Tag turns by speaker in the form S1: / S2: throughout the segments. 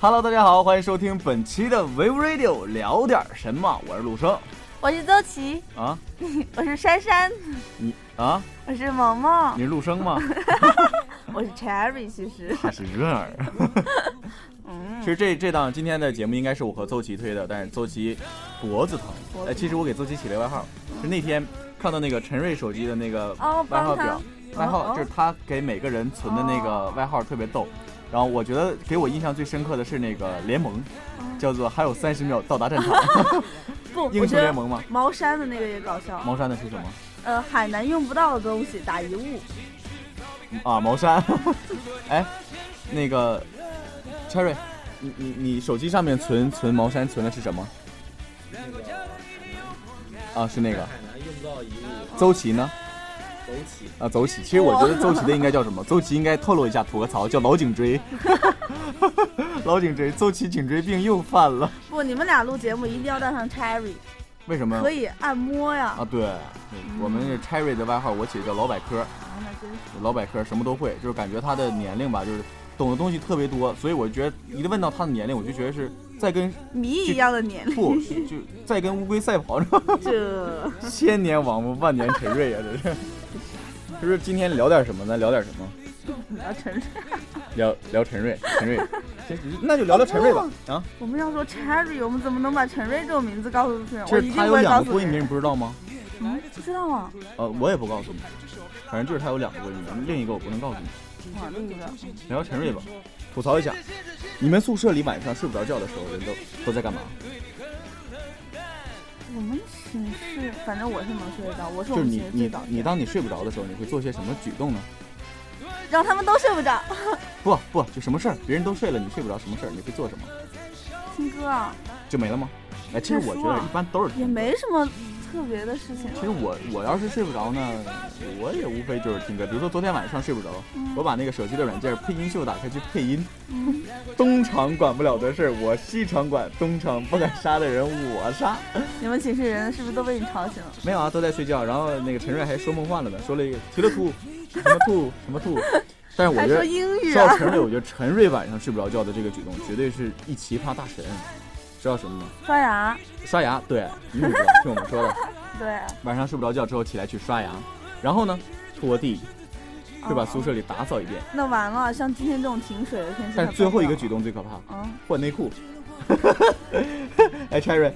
S1: Hello，大家好，欢迎收听本期的 w e Radio 聊点什么，我是陆生
S2: 我是周琦，
S1: 啊，
S2: 我是珊珊，
S1: 你啊，
S2: 我是萌萌
S1: 你，是陆生 吗？
S2: 我是 Cherry。其实，
S1: 他是润儿。
S2: 嗯
S1: 其实这这档今天的节目应该是我和邹琦推的，但是邹琦脖子疼
S2: 脖。子
S1: 哎，其实我给邹琦起了一个外号，是那天看到那个陈瑞手机的那个
S2: 哦
S1: 外号
S2: 帮他
S1: 表，外
S2: 哦
S1: 号
S2: 哦
S1: 就是他给每个人存的那个外号特别逗。然后我觉得给我印象最深刻的是那个联盟，
S2: 哦
S1: 叫做还有三十秒到达 战场，
S2: 不，我
S1: 英
S2: 觉
S1: 雄联
S2: 得
S1: 盟嘛。
S2: 茅山的那个也搞笑。
S1: 茅山的是什么？
S2: 呃，海南用不到的东西打一物，
S1: 啊，茅山。 哎，那个 Cherry，你你你手机上面存存茅山存的是什么？
S3: 那个
S1: 啊，是那个
S3: 海南用不到一物
S1: 邹琦呢？
S3: 枸杞，
S1: 啊，邹琦。其实我觉得邹琦的应该叫什么？邹琦应该透露一下，吐个槽，叫老颈椎。 老颈椎，邹琦颈椎病又犯了。
S2: 不，你们俩录节目一定要带上 Cherry，
S1: 为什么？
S2: 可以按摩呀。
S1: 嗯啊，对，我们这 Cherry 的外号，我起的叫老百科。
S2: 啊那真是
S1: 老百科什么都会，就是感觉他的年龄吧，就是懂的东西特别多，所以我觉得一问到他的年龄，我就觉得是在跟
S2: 谜一样的年龄，
S1: 不是就在跟乌龟赛跑，是吧？
S2: 这
S1: 千年王八万年陈瑞啊，这是。就是今天聊点什么呢？聊点什么？
S2: 你要承认，
S1: 聊聊陈瑞，陈瑞，行那就聊聊陈瑞吧。啊，
S2: 我们要说 Cherry，我们怎么能把陈瑞这种名字告诉别人？
S1: 就
S2: 哦我
S1: 是
S2: 一定
S1: 他
S2: 不
S1: 有
S2: 会告
S1: 两个
S2: 诉
S1: 闺
S2: 别
S1: 女，
S2: 人。
S1: 你不知道吗？
S2: 嗯，不知道啊，
S1: 呃，我也不告诉你，反正就是他有两个闺女，另一个我不能告诉你。
S2: 哇，那个
S1: 聊聊陈瑞吧，吐槽一下，你们宿舍里晚上睡不着觉的时候，人都都在干嘛？
S2: 我们寝室，反正我是能睡得着，我是
S1: 就
S2: 我
S1: 是
S2: 们
S1: 你
S2: 寝室最
S1: 你
S2: 早
S1: 你
S2: 的，
S1: 当你睡不着的时候，你会做些什么举动呢？
S2: 让他们都睡不着，
S1: 不不，就什么事儿，别人都睡了，你睡不着什么事儿，你会做什么？
S2: 听歌啊，
S1: 就没了吗？哎，其实我觉
S2: 看
S1: 得
S2: 书啊
S1: 一般都是听
S2: 也
S1: 歌
S2: 没什么特别的事情。
S1: 其实我我要是睡不着呢，我也无非就是听歌。比如说昨天晚上睡不着，我
S2: 嗯
S1: 把那个手机的软件配音秀打开去配音。东厂管不了的事儿，我西厂管；东厂不敢杀的人，我杀。
S2: 你们寝室人是不是都被你吵醒了？
S1: 没有啊，都在睡觉。然后那个陈瑞还说梦话了呢，说了一个提了吐，什么吐什么吐。但是我
S2: 还
S1: 觉
S2: 说
S1: 得
S2: 英语
S1: 说到
S2: 啊？
S1: 陈瑞，我觉得陈瑞晚上睡不着觉的这个举动，绝对是一奇葩大神。知道什么吗？
S2: 刷牙？
S1: 刷牙，对，你怎么知道？听我们说的，
S2: 对，
S1: 晚上睡不着觉之后起来去刷牙，然后呢，拖地，会
S3: 哦
S1: 把宿舍里打扫一遍。
S2: 嗯那完了，像今天这种停水的天气，
S1: 但是最后一个举
S2: 动，
S1: 动最可怕，
S2: 嗯，
S1: 换内裤。 哎，Cherry，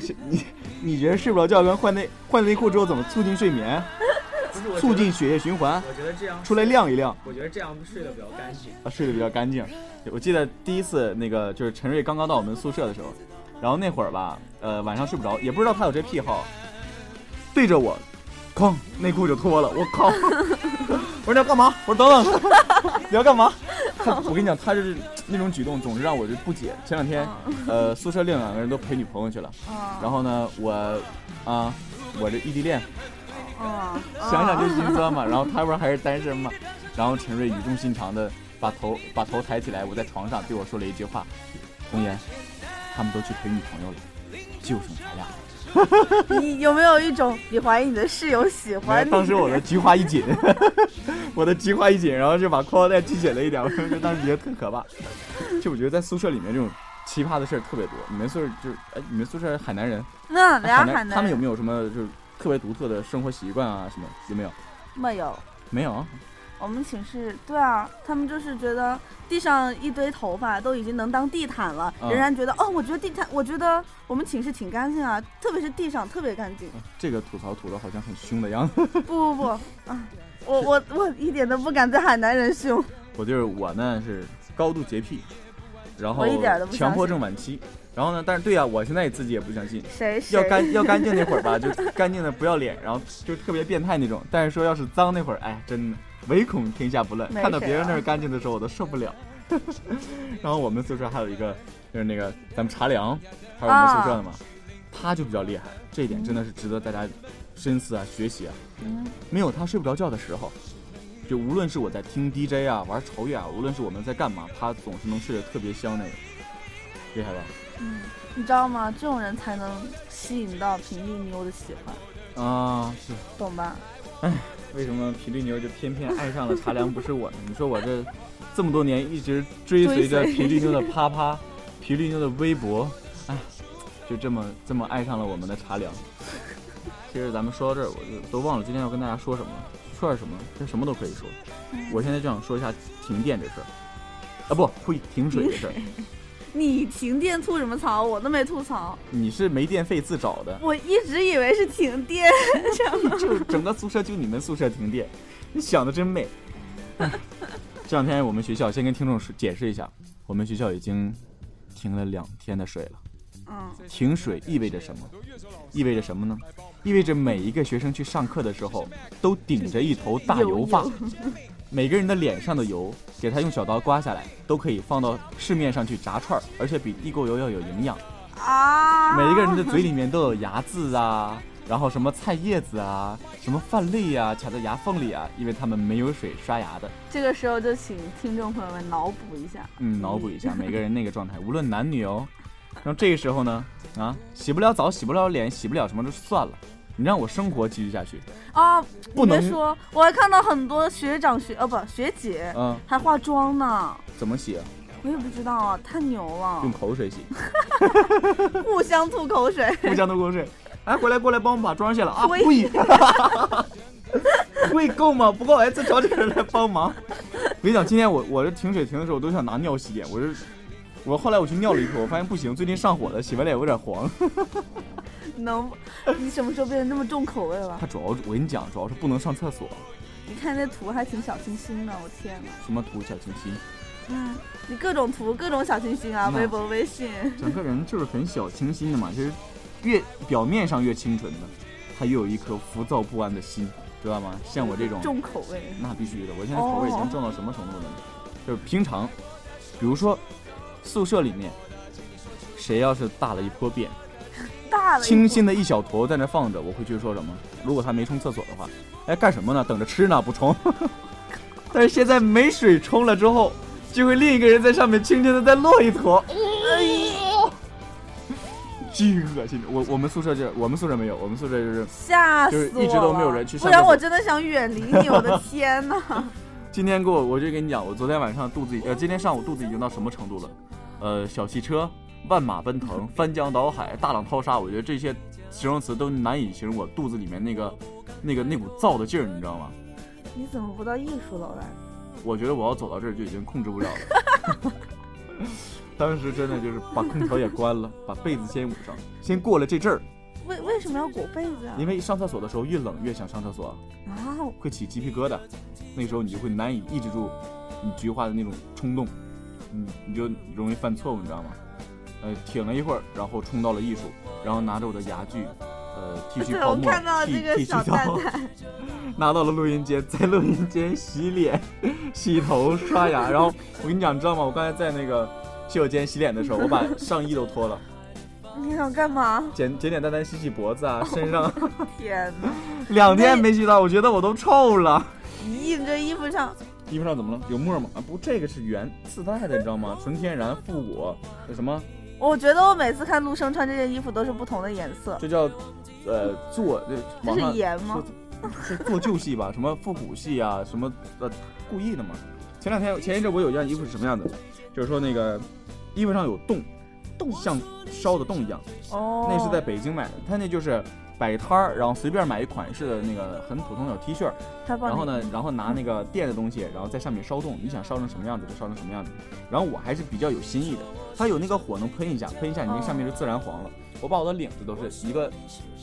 S1: 是你你觉得睡不着觉跟换内换内裤之后怎么促进睡眠、
S3: 不是我
S1: 促
S3: 觉
S1: 进血液循环
S3: 得，？我觉得这样
S1: 出来，晾一晾，
S3: 我觉得这样睡得比较干净。
S1: 啊，睡得比较干净。我记得第一次那个就是陈瑞刚刚到我们宿舍的时候，然后那会儿吧，呃，晚上睡不着，也不知道他有这癖好，对着我，哐，内裤就脱了，我靠！我说你要干嘛？我说等等， 你要干嘛？他，我跟你讲，他就是那种举动，总是让我就不解。前两天，呃，宿舍另两个人都陪女朋友去了，
S2: 嗯
S1: 然后呢，我，啊、我这异地恋，
S2: 嗯，
S1: 想想就心酸嘛。然后他不是还是单身嘛，然后陈瑞语重心长的把头把头抬起来，我在床上对我说了一句话：“红颜，他们都去陪女朋友了，就剩咱俩。
S2: 你有没有一种你怀疑你的室友 喜”欢你？
S1: 当时我的菊花一紧， 我的菊花一紧，然后就把裤腰带系紧了一点。我 就当时觉得特可怕。就我觉得在宿舍里面这种奇葩的事儿特别多。你们宿舍就是哎，你们宿舍海南人，
S2: 那俩
S1: 海
S2: 喊
S1: 南
S2: 的，
S1: 啊他们有没有什么就是特别独特的生活习惯啊？什么有没有？
S2: 没有？
S1: 没有啊。
S2: 我们寝室对啊，他们就是觉得地上一堆头发都已经能当地毯了，
S1: 嗯
S2: 仍然觉得哦，我觉得地毯，我觉得我们寝室挺干净啊，特别是地上特别干净。
S1: 这个吐槽吐的好像很凶的样子。
S2: 不不 不，啊，我我我一点都不敢对海南人凶。
S1: 我就是我呢是高度洁癖，然后
S2: 我一点都不相信
S1: 强迫症晚期，然后呢，但是对呀、我现在自己也不相信，
S2: 谁谁
S1: 要 干要干净那会儿吧，就 干净的不要脸，然后就特别变态那种，但是说要是脏那会儿，哎，真的唯恐天下不乱，
S2: 没谁啊
S1: 看到别人那儿干净的时候我都受不了。 然后我们宿舍还有一个就是那个咱们茶凉，还有我们宿舍的嘛，
S2: 啊
S1: 他就比较厉害，这一点真的是值得大家深思啊，学习啊。
S2: 嗯
S1: 没有他睡不着觉的时候，就无论是我在听 DJ 啊、玩潮乐啊，无论是我们在干嘛，他总是能睡得特别香那个，厉害吧？
S2: 嗯，你知道吗？这种人才能吸引到频率妞的喜欢，
S1: 啊，是
S2: 懂吧？
S1: 为什么皮绿牛就偏偏爱上了茶凉不是我呢？你说我这这么多年一直追随着
S2: 追随
S1: 皮绿妞的啪啪， 皮绿妞的微博，哎，就这么这么爱上了我们的茶凉。其实咱们说到这儿，我就都忘了今天要跟大家说什么了，说点什么，这什么都可以说。我现在就想说一下停电这事儿，啊不，会停水这事儿。
S2: 你停电吐什么槽？我都没吐槽，
S1: 你是没电费自找的，
S2: 我一直以为是停电，
S1: 就整个宿舍就你们宿舍停电，你想的真美。这两天我们学校先跟听众说解释一下，我们学校已经停了两天的水了。
S2: 嗯，
S1: 停水意味着什么？意味着什么呢？意味着每一个学生去上课的时候，都顶着一头大油发， 每个人的脸上的油，给他用小刀刮下来，都可以放到市面上去炸串儿，而且比地沟油要有营养。
S2: 啊，
S1: 每一个人的嘴里面都有牙渍啊，然后什么菜叶子啊，什么饭粒啊，卡在牙缝里啊，因为他们没有水刷牙的。
S2: 这个时候就请听众朋友们脑补一下，
S1: 嗯，脑补一下每个人那个状态，无论男女哦。然后这个时候呢，啊，洗不了澡，洗不了脸，洗不了什么就算了，你让我生活继续下去，
S2: 啊，
S1: 不能
S2: 你别说，我还看到很多学长学呃不学姐
S1: 嗯，
S2: 还化妆呢，
S1: 怎么洗啊？
S2: 我也不知道啊，太牛了
S1: 用，口水洗，
S2: 互相吐口水，
S1: 互相吐口水。哎，回来过来帮我把妆卸了啊！
S2: 喂
S1: 会， 会够吗？不够，哎，再找几个人来帮忙。我跟你讲，今天我我这停水停的时候，我都想拿尿洗脸，我是我后来我去尿了一坨，我发现不行，最近上火了，洗完脸有点黄。
S2: 能，你什么时候变成这么重口味了？
S1: 它主要我跟你讲，主要是不能上厕所，
S2: 你看那图还挺小清新的，我天哪！
S1: 什么涂小清新。
S2: 嗯，你各种图，各种小清新啊，
S1: 那
S2: 微博、微信，
S1: 整个人就是很小清新的嘛，就是越表面上越清纯的，他越有一颗浮躁不安的心，知道吗？像我这种，
S2: 重口味，
S1: 那必须的。我现在口味已经重到什么程度了呢？就是平常，比如说宿舍里面，谁要是大了一波便，
S2: 大了一
S1: 清
S2: 步
S1: 新的一小坨在那放着，我会去说什么？如果他没冲厕所的话，哎，干什么呢？等着吃呢，不 冲。但是现在没水冲了之后，就会另一个人在上面轻轻的再落一 坨，
S2: 哎
S1: 巨恶心！我我们宿舍就我们宿舍没有，我们宿舍就是
S2: 吓
S1: 就
S2: 死
S1: 是
S2: 我了！
S1: 一直都没有人去上
S2: 不然
S1: 厕所
S2: 我真的想远离你，我的天哪！
S1: 今天给我，我就跟你讲，我昨天晚上肚子已，呃，今天上午肚子已经到什么程度了？呃，小汽车、万马奔腾、翻江倒海、大浪淘沙，我觉得这些形容词都难以形容我肚子里面那个、那个、那股燥的劲儿，你知道吗？
S2: 你怎么不到艺术楼来？
S1: 我觉得我要走到这儿就已经控制不了了。 当时真的就是把空调也关了，把被子先捂上，先过了这阵儿，
S2: 为为什么要裹被子啊？
S1: 因为上厕所的时候越冷越想上厕所，
S2: 啊，
S1: 会起鸡皮疙瘩，那时候你就会难以抑制住你菊花的那种冲动，你你就容易犯错误，你知道吗？呃，挺了一会儿，然后冲到了艺术，然后拿着我的牙具，呃，剃须
S2: 对
S1: 泡
S2: 我
S1: 沫
S2: 看到，
S1: 剃
S2: 这个
S1: 剃须
S2: 小蛋
S1: 刀，
S2: 蛋，
S1: 拿到了录音间，在录音间洗脸、洗头、刷牙，然后我跟你讲，你知道吗？我刚才在那个洗手间洗脸的时候，我把上衣都脱了，
S2: 你想干嘛？
S1: 简简简单单洗洗脖子啊，身上
S2: 天哪！
S1: 两天没洗澡，我觉得我都臭了。
S2: 你印这衣服上，
S1: 衣服上怎么了？有沫吗？啊，不，这个是原自带的，你知道吗？纯天然复古，那什么，
S2: 我觉得我每次看陆生穿这件衣服都是不同的颜色，
S1: 这叫，呃，做这
S2: 这
S1: 网
S2: 是
S1: 上
S2: 盐吗？
S1: 是做旧戏吧？什 么复古戏啊，什么呃，故意的嘛。前两天前一阵我有一样衣服是什么样的？就是说那个衣服上有洞，洞像烧的洞一样。
S2: 哦，
S1: 那是在北京买的，他那就是摆摊儿，然后随便买一款式的那个很普通的小 T 恤，
S2: 他帮
S1: 然后
S2: 你？
S1: 呢，然后拿那个电的东西，然后在上面烧动，你想烧成什么样子就烧成什么样子。然后我还是比较有新意的，它有那个火能喷一下，喷一下你那个上面就自然黄了。我把我的领子都是一个，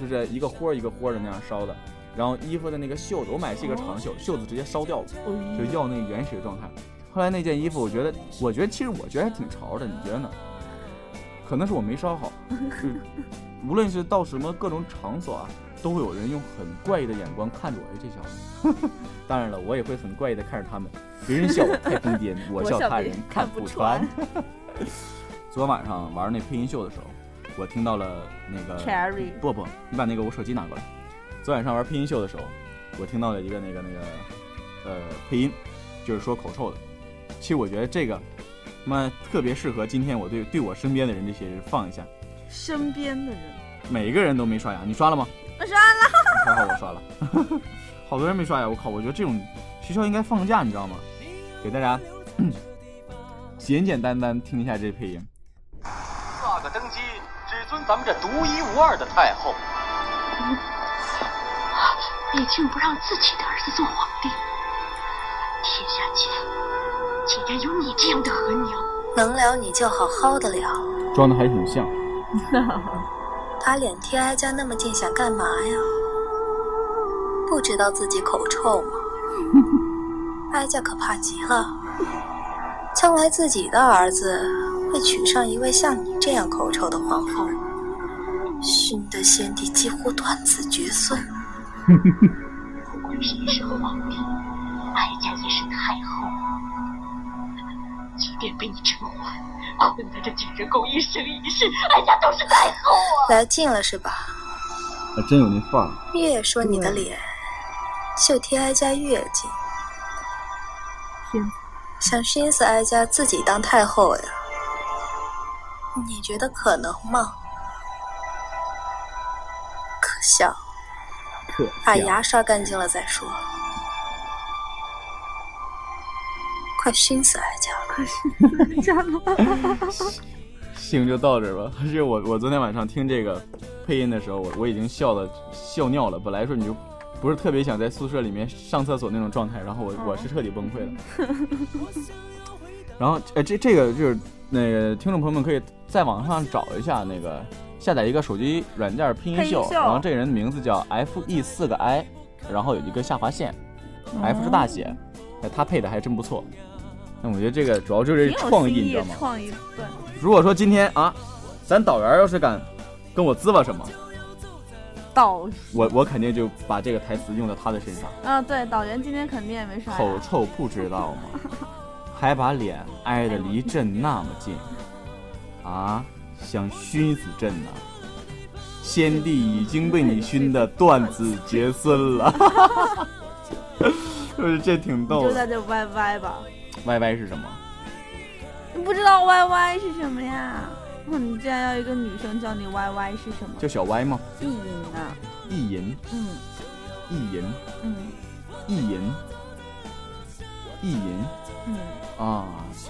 S1: 就是一个豁儿一个豁儿的那样烧的，然后衣服的那个袖子，我买的是一个长袖，袖子直接烧掉了，就要那个原始的状态。后来那件衣服，我觉得，我觉得其实我觉得还挺潮的，你觉得呢？可能是我没烧好， 就是无论是到什么各种场所啊，都会有人用很怪异的眼光看着我，哎，这小子。 当然了，我也会很怪异的看着他们，别人笑我太疯癫，我笑他人看不穿。 昨天晚上玩那配音秀的时候，我听到了那个
S2: Cherry
S1: 不不，你把那个我手机拿过来。昨晚上玩配音秀的时候，我听到了一个那个那个呃配音，就是说口臭的。其实我觉得这个，他妈特别适合今天我对对我身边的人这些人放一下。
S2: 身边的人，
S1: 每个人都没刷牙，你刷了吗？
S2: 我说啊
S1: 还好我刷了， 好多人没刷牙，我靠！我觉得这种学校应该放假，你知道吗？给大家 简简单单听一下这配音。
S4: 那个登基只尊咱们这独一无二的太后。
S5: 你竟不让自己的儿子做皇帝！天下间，竟然有你这样的额娘！
S6: 能聊你就好好的聊，
S1: 装的还挺像。
S6: 把脸贴挨家那么近，想干嘛呀？不知道自己口臭吗？ 哀家可怕极了，将来自己的儿子会娶上一位像你这样口臭的皇后，熏得先帝几乎断子绝孙。
S5: 不光是你是皇帝，哀家也是太后。即便被你甄嬛困在这女人宫一生一世，哀家都是太后啊！
S6: 来劲了是吧？
S1: 还真有那范儿。
S6: 越说你的脸，就贴哀家越近。
S2: 天，
S6: 想熏死哀家自己当太后呀？你觉得可能吗？可笑，
S1: 可
S6: 把
S1: 笑，
S6: 牙刷干净了再说。快熏死哀家吧！
S2: 这样吗？
S1: 行就到这儿吧。 是我我昨天晚上听这个配音的时候，我我已经笑的笑尿了。本来说你就不是特别想在宿舍里面上厕所那种状态，然后
S2: 哦
S1: 我我是彻底崩溃了。 然后呃这这个就是那个听众朋友们可以在网上找一下那个下载一个手机软件拼音
S2: 配音
S1: 秀，
S2: 秀
S1: 然后这个人的名字叫 F E 四个 I，然后有一个下划线，F
S2: 哦
S1: 是大写，哎他配的还真不错。那我觉得这个主要就是
S2: 挺有
S1: 创意，
S2: 新
S1: 你知道
S2: 意
S1: 吗？
S2: 创意对，
S1: 如果说今天啊，咱导员要是敢跟我滋吧什么，
S2: 导
S1: 我我肯定就把这个台词用到他的身上。
S2: 啊对，导员今天肯定也没啥呀。
S1: 口臭不知道 吗？还把脸挨得离朕那么近，啊，想熏死朕呐、先帝已经被你熏得断子绝孙 了，是不是这挺
S2: 你
S1: 逗
S2: 就
S1: 的
S2: 在这歪歪吧，
S1: ？Y Y 是什么？
S2: 你不知道歪歪是什么呀？哇，你竟然要一个女生叫你歪歪是什么？
S1: 叫小歪吗？
S2: 意淫啊，
S1: 意淫，
S2: 嗯
S1: 意淫，
S2: 嗯
S1: 意淫，意淫。
S2: 嗯，
S1: 啊，是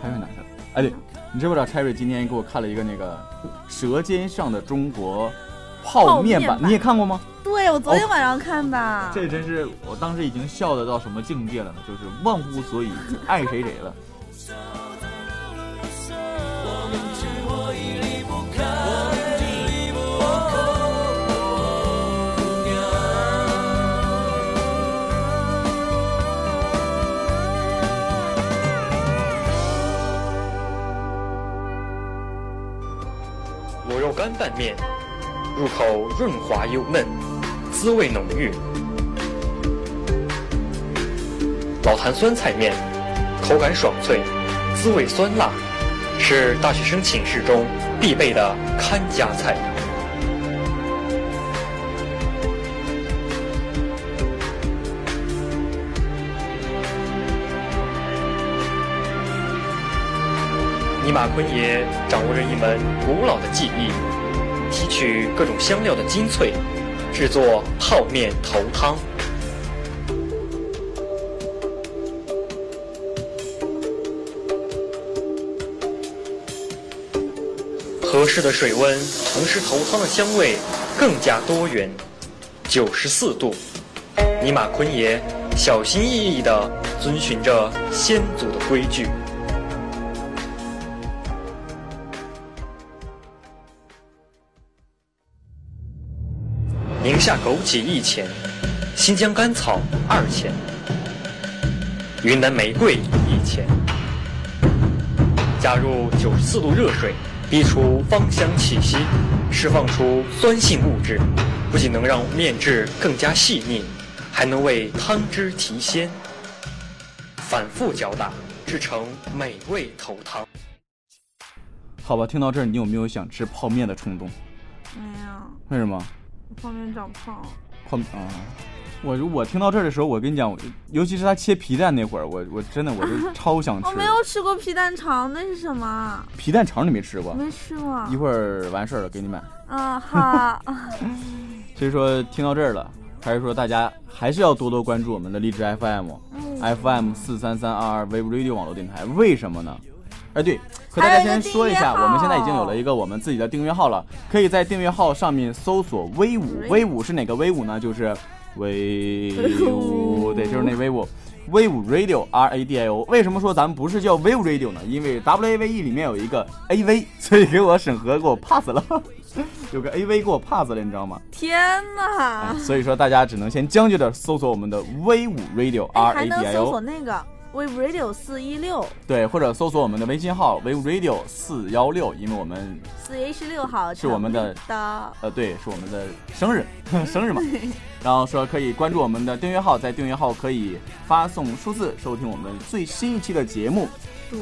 S1: 柴瑞哪个？哎，对，你知不知道柴瑞今天给我看了一个那个《舌尖上的中国》泡面
S2: 泡面版
S1: 你也看过吗？
S2: 对我昨天晚上看的，
S1: 这真是，我当时已经笑得到什么境界了呢？就是忘乎所以，爱谁谁了。
S7: 螺肉干拌面，入口润滑又嫩，滋味浓郁；老坛酸菜面，口感爽脆，滋味酸辣，是大学生寝室中必备的看家菜。尼玛坤也掌握着一门古老的技艺，提取各种香料的精粹，制作泡面头汤。合适的水温，同时头汤的香味更加多元。九十四度，尼玛坤爷小心翼翼地遵循着先祖的规矩。宁夏枸杞一钱，新疆甘草二钱，云南玫瑰一钱。加入九十四度热水，逼出芳香气息，释放出酸性物质，不仅能让面质更加细腻，还能为汤汁提鲜。反复搅打，制成美味头汤。
S1: 好吧，听到这儿，你有没有想吃泡面的冲动？
S2: 哎呀，
S1: 为什么？
S2: 泡面长胖，
S1: 泡面啊！我如我听到这儿的时候，我跟你讲，我尤其是他切皮蛋那会儿，我我真 的我就超想吃
S2: 我。没有吃过皮蛋肠，那是什么？
S1: 皮蛋肠你没吃过？
S2: 没吃过。
S1: 哦一会儿完事儿了给你买。
S2: 啊哈，
S1: 所以说听到这儿了，还是说大家还是要多多关注我们的荔枝 FM，
S2: 嗯
S1: FM 四三三二二 Wave Radio 网络电台，为什么呢？哎，对，和大
S2: 还有
S1: 家
S2: 一个
S1: 先说一下，
S2: 订阅号
S1: 我们现在已经有了一个我们自己的订阅号了，可以在订阅号上面搜索“威武”。
S2: 嗯
S1: 威武是哪个威武呢？就是威武，对，就是那威武。威武 Radio R A D I O，为什么说咱们不是叫 w a v Radio 呢？因为 W A V E 里面有一个 A V，所以给我审核给我 pass 了， 有个 A V 给我 pass 了，你知道吗？
S2: 天哪
S1: 哎！ 所以说大家只能先将就着搜索我们的威武 Radio
S2: 哎，
S1: R
S2: 还
S1: A D
S2: 能
S1: I
S2: 搜索
S1: O，
S2: 那个 Wave Radio 四一六
S1: 对，或者搜索我们的微信号威武 Radio 四幺六，因为我们
S2: 四 H 六号
S1: 是我们的
S2: 成立的
S1: 呃对是我们的生日 生日嘛，然后说可以关注我们的订阅号，在订阅号可以发送数字收听我们最新一期的节目，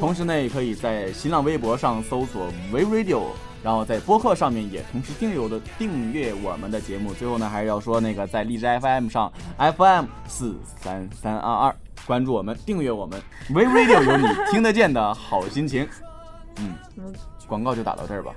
S1: 同时呢也可以在新浪微博上搜索威武 Radio。然后在播客上面也同时订阅我的订阅我们的节目。最后呢，还是要说那个在荔枝 FM 上 FM 四三三二二关注我们，订阅我们，威武 Radio 有你听得见的好心情。嗯，广告就打到这儿吧。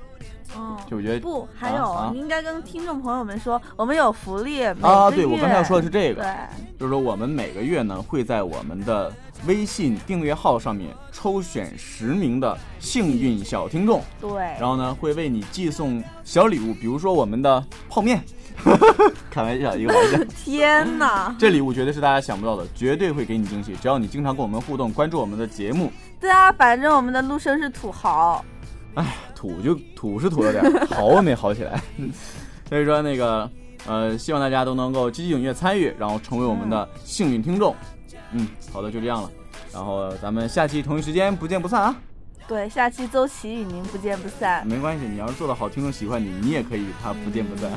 S2: 嗯。
S1: 就我觉得
S2: 不，还有、
S1: 啊啊
S2: 你应该跟听众朋友们说，我们有福利。
S1: 啊，
S2: 每个
S1: 对我刚才要说的是这
S2: 月
S1: 个，
S2: 对，
S1: 就是说我们每个月呢会在我们的微信订阅号上面抽选十名的幸运小听众，
S2: 对，
S1: 然后呢会为你寄送小礼物，比如说我们的泡面， 开玩笑，一个玩笑。
S2: 天哪！
S1: 这礼物绝对是大家想不到的，绝对会给你惊喜。只要你经常跟我们互动，关注我们的节目，
S2: 对啊，反正我们的陆生是土豪，
S1: 土就土是土了点儿，好没好起来。 所以说那个呃，希望大家都能够积极踊跃参与，然后成为我们的幸运听众。嗯，好的，就这样了。然后咱们下期同一时间不见不散啊！
S2: 对，下期周琦与您不见不散。
S1: 没关系，你要是做的好，听众喜欢你，你也可以与他不见不 散。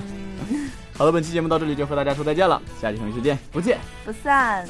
S1: 好了，本期节目到这里就和大家说再见了，下期同一时间不见
S2: 不散。